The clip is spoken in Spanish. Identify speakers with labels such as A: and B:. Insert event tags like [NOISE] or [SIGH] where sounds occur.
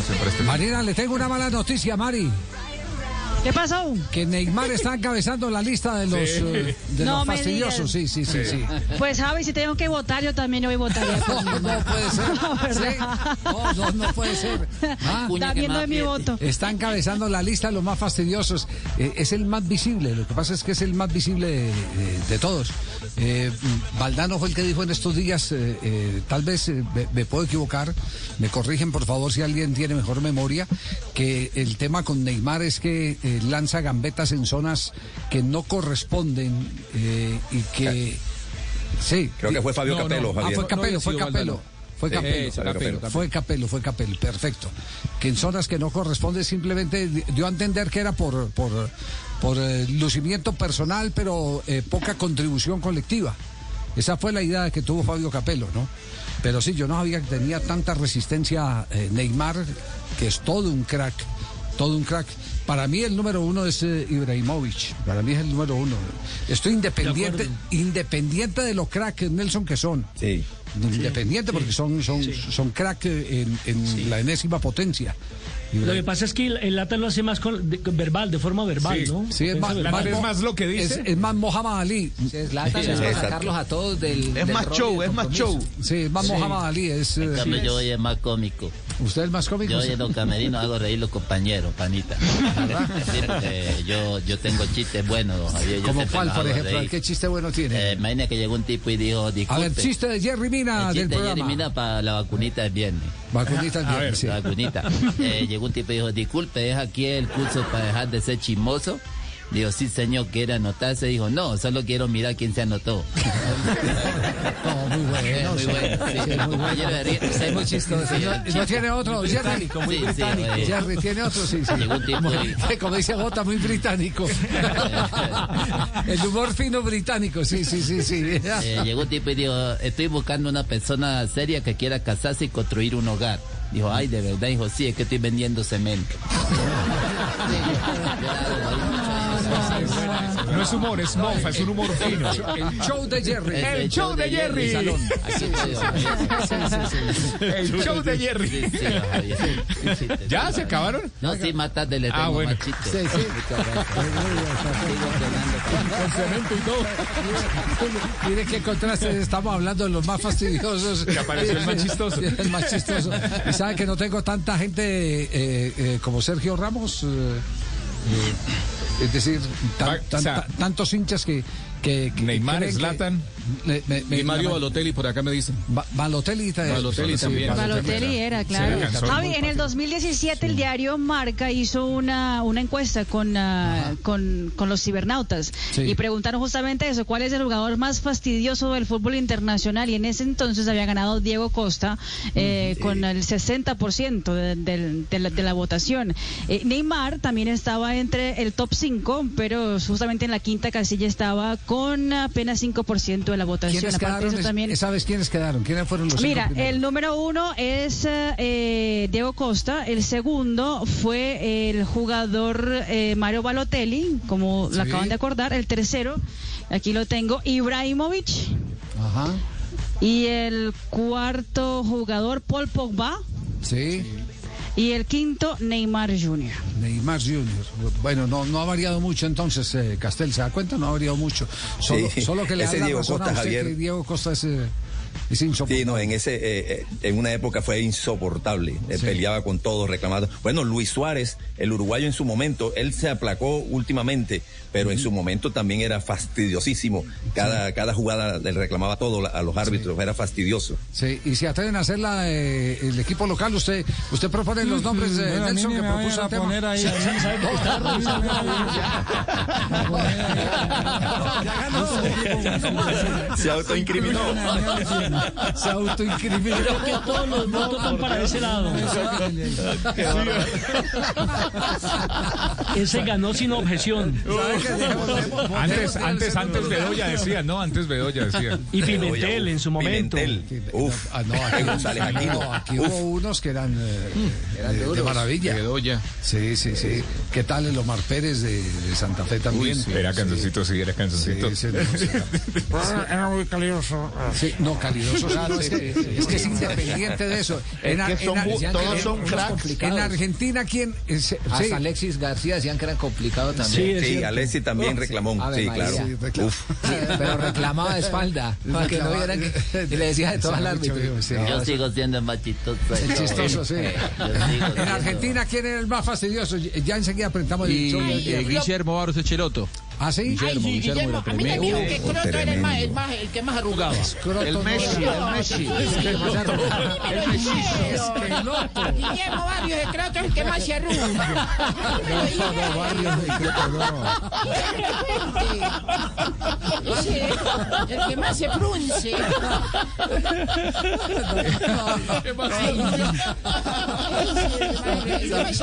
A: este
B: Marina, le tengo una mala noticia, Mari.
C: ¿Qué pasó?
B: Que Neymar está encabezando la lista de los,
D: Sí.
B: eh, de
C: No
B: los
C: me
B: fastidiosos. Sí,
C: digas.
B: sí, sí, sí.
C: Pues, Javi, si tengo que votar, yo también voy a votar.
B: [LAUGHS] No, no puede ser.
C: [LAUGHS]
B: Sí. No, no, no puede ser. Ah,
C: Está viendo de mi voto.
B: Está encabezando la lista de los más fastidiosos. Eh, es el más visible. Lo que pasa es que es el más visible de, de- de todos. Eh, Valdano fue el que dijo en estos días, eh, eh, tal vez eh, me, me puedo equivocar, me corrigen por favor si alguien tiene mejor memoria, que el tema con Neymar es que eh, lanza gambetas en zonas que no corresponden eh, y que... Sí.
A: Creo que fue Fabio
D: No, no.
A: Capello,
D: Ah,
B: Ah,
A: Javier.
B: fue Capello,
D: había
B: fue
D: sido
B: Capello.
D: Valdano. eh,
B: Fue
A: Sí,
B: Capello.
A: Capello, Capello.
B: Fue Capello, fue Capello, perfecto. Que en zonas que no corresponde simplemente di- dio a entender que era por por, por eh, lucimiento personal, pero eh, poca contribución colectiva. Esa fue la idea que tuvo Fabio Capello, ¿no? Pero sí, yo no sabía que tenía tanta resistencia eh, Neymar, que es todo un crack, todo un crack. Para mí el número uno es eh, Ibrahimovic, para mí es el número uno. Estoy independiente, independiente de los cracks, Nelson, que son.
A: Sí.
B: Independiente, porque son, son, son crack eh, en, en la enésima potencia. Y
E: Lo que pasa es que el, el Lata lo hace más con, de- con verbal, de forma verbal,
D: Sí.
E: ¿no?
B: Sí, es
E: Piensa
B: más,
E: verbal.
D: es
B: mo-
D: más lo que
B: Es,
D: dice.
B: es más Mohamed Ali.
F: Zlatan es para
A: exacto.
F: sacarlos a todos del.
G: Es
F: del
G: más
F: rol y
G: show,
F: del
G: es más
F: compromiso.
G: show.
B: Sí, es más Mohamed Ali. Es, eh,
H: En cambio, yo soy el más cómico.
B: ¿Usted es más cómico?
H: Yo en los camerinos hago reír los compañeros, panita. Es decir, eh, yo, yo tengo chistes buenos, don Javier. yo
B: Como
H: siempre
B: cuál,
H: los
B: por
H: hago
B: ejemplo.
H: reír.
B: ¿Qué chiste bueno
H: Eh,
B: tiene?
H: imagina que llegó un tipo y dijo,
B: A
H: disculpe.
B: ver, chiste de Jerry Mina
H: el
B: del
H: chiste
B: programa.
H: Mina para la vacunita del viernes.
B: Vacunita
H: [LAUGHS]
B: al
D: A
B: día,
D: ver,
B: sí. [LAUGHS]
H: La vacunita. Eh, llegó un tipo y dijo, disculpe, ¿es aquí el curso para dejar de ser chismoso? Dijo, sí, señor, ¿quiere anotarse? Dijo, no, solo quiero mirar quién se anotó.
B: No, [LAUGHS] muy
H: Eh,
B: bueno.
H: [LAUGHS] muy
B: sí. Sí,
H: bueno. sí,
B: muy bueno.
H: compañero de río, sí, muy chistoso.
B: ¿Y ¿No tiene otro? Jerry.
H: muy Sí, sí, británico. eh.
B: Jerry, ¿tiene otro? Sí, sí.
H: Llegó un tipo y-
B: Que [LAUGHS] como dice Bota, muy [LAUGHS] británico. El humor fino británico, sí, sí, sí, sí.
H: Eh, llegó un tipo y dijo, estoy buscando una persona seria que quiera casarse y construir un hogar. Dijo, ay, de verdad, dijo, sí, es que estoy vendiendo cemento.
D: No es humor, es mofa, es un humor fino.
B: El show de Jerry.
H: Es
D: El show de Jerry.
H: Salón. Así fue.
D: [LAUGHS] El show de Jerry.
H: Sí, sí, Javier. Un chiste.
D: ¿Ya se acabaron?
H: No, sí, matas de le
D: Ah,
H: tengo
D: bueno.
H: más chistes.
B: Sí, sí.
H: Sigo quedando con-
D: Con cemento y todo.
B: Mire qué contraste, estamos hablando de los más fastidiosos.
D: Que apareció el más chistoso.
B: El más chistoso. Y sabe que no tengo tanta gente eh, eh, como Sergio Ramos. eh, eh, es decir, tan-
D: Va-
B: tan-
D: o sea,
B: tan- tantos hinchas que. que, que
D: Neymar,
B: creen que-
D: Zlatan.
B: Le- me- me-
I: Y Mario
B: la-
I: Balotelli por acá me dicen.
B: Ba- Balotelli, ta-
I: Balotelli
B: sí,
I: también.
C: Balotelli era, claro.
D: Se alcanzó
C: Javi, en el 2017 el diario Marca hizo una, una encuesta con, ah, con, con los cibernautas
B: Sí.
C: y preguntaron justamente eso, ¿cuál es el jugador más fastidioso del fútbol internacional? Y en ese entonces había ganado Diego Costa eh, con el 60% de, del- de la, de la votación. Eh, Neymar también estaba entre el top 5, pero justamente en la quinta casilla estaba con apenas 5% de la votación.
B: ¿Quiénes
C: Aparte de
B: quedaron?
C: eso también...
B: Es- ¿Sabes quiénes quedaron? ¿Quiénes fueron los cinco
C: Mira,
B: primeros?
C: el número uno es eh, eh, Diego Costa, el segundo fue el jugador eh, Mario Balotelli, como lo
B: Sí.
C: acaban de acordar, el tercero, aquí lo tengo, Ibrahimovic,
B: Ajá.
C: y el cuarto jugador Paul Pogba,
B: Sí,
C: y el quinto Neymar Jr.
B: Neymar Junior. Bueno, no, no ha variado mucho entonces, eh, Castel, ¿se da cuenta? No ha variado mucho. Solo,
A: Sí.
B: solo que le
A: Ese
B: da la
A: Diego
B: razón a
A: Costa,
B: usted
A: Javier.
B: que Diego Costa es, eh, es insoportable.
A: Sí, no, en ese, eh, eh, en una época fue insoportable. Eh,
B: Sí.
A: Peleaba con todos, reclamando. Bueno, Luis Suárez, el uruguayo en su momento, él se aplacó últimamente, pero en su momento también era fastidiosísimo. Cada, cada jugada le reclamaba todo la- a los árbitros, era fastidioso.
B: Sí, y si atreven a hacerla eh, el equipo local, usted usted propone los nombres de
I: Bueno, a mí
B: eh, Nelson
I: ni
B: que
I: me vayan
B: propuso
I: a
B: el tema. [LAUGHS]
I: poner ahí, a mí- a mí ni
A: [LAUGHS]
I: me
A: Se autoincriminó.
B: Se autoincriminó.
E: Creo que todos los votos van para ese lado. Ese ganó sin objeción.
D: Antes, antes, antes Bedoya decía, ¿no? Antes Bedoya decía.
E: Y Pimentel en su momento.
A: Pimentel. Uf.
B: Ah, no, aquí,
A: [LAUGHS] González Aquino.
B: no, aquí
A: Uf.
B: hubo unos que eran, eh, eh, de, maravilla.
I: Bedoya.
B: Sí, sí, sí. ¿Qué tal el Omar Pérez de, de Santa Fe también?
D: Era canzoncito, sí, era
F: [LAUGHS]
B: Sí,
D: canzoncito.
B: sí, no, sí.
I: Era muy calioso.
B: Sí, no, habilidoso sí, no, es, que, es que es independiente de eso. En, Ar-
G: Es que son
B: en Ar-
G: bu- todos son
B: en-
G: cracks.
B: En Argentina, ¿quién? Eh, se-
F: Hasta
B: sí.
F: Alexis García decían que era complicado
E: Sí,
F: también.
E: es
A: Sí,
E: cierto.
A: Alessi también reclamó.
F: Ave
A: Sí,
F: María.
A: claro.
F: Sí,
B: reclamó.
A: Uf.
F: Pero reclamaba de
B: [LAUGHS]
F: espalda. Para que no vieran que y le decía de todas las
B: Mucho
F: árbitro.
B: viejo, sí.
H: Yo sigo siendo el más chistoso. Eh,
B: Es chistoso, sí.
H: Yo sigo
B: En
H: siendo-
B: Argentina, ¿quién es el más fastidioso? Ya enseguida aprendamos el
G: Y
B: show del
G: eh,
B: día.
G: Guillermo Barros Echeloto.
B: ¿Ah, sí?
G: Guillermo, Guillermo era
I: a mí me
G: tremendo.
I: dijo que
A: Uh,
I: Croto era el
A: tremendo.
I: más, el, más, el que más arrugaba.
B: Croto
G: El
B: no
G: Messi,
B: era-
G: el Messi.
I: El
B: Esqueloto.
I: Guillermo Barrios, el Croto es el que más se arruga.
B: No, no, Barrios, no, Croto, no.
I: Sí, el que más se frunce. Ay, sí, el más- el más-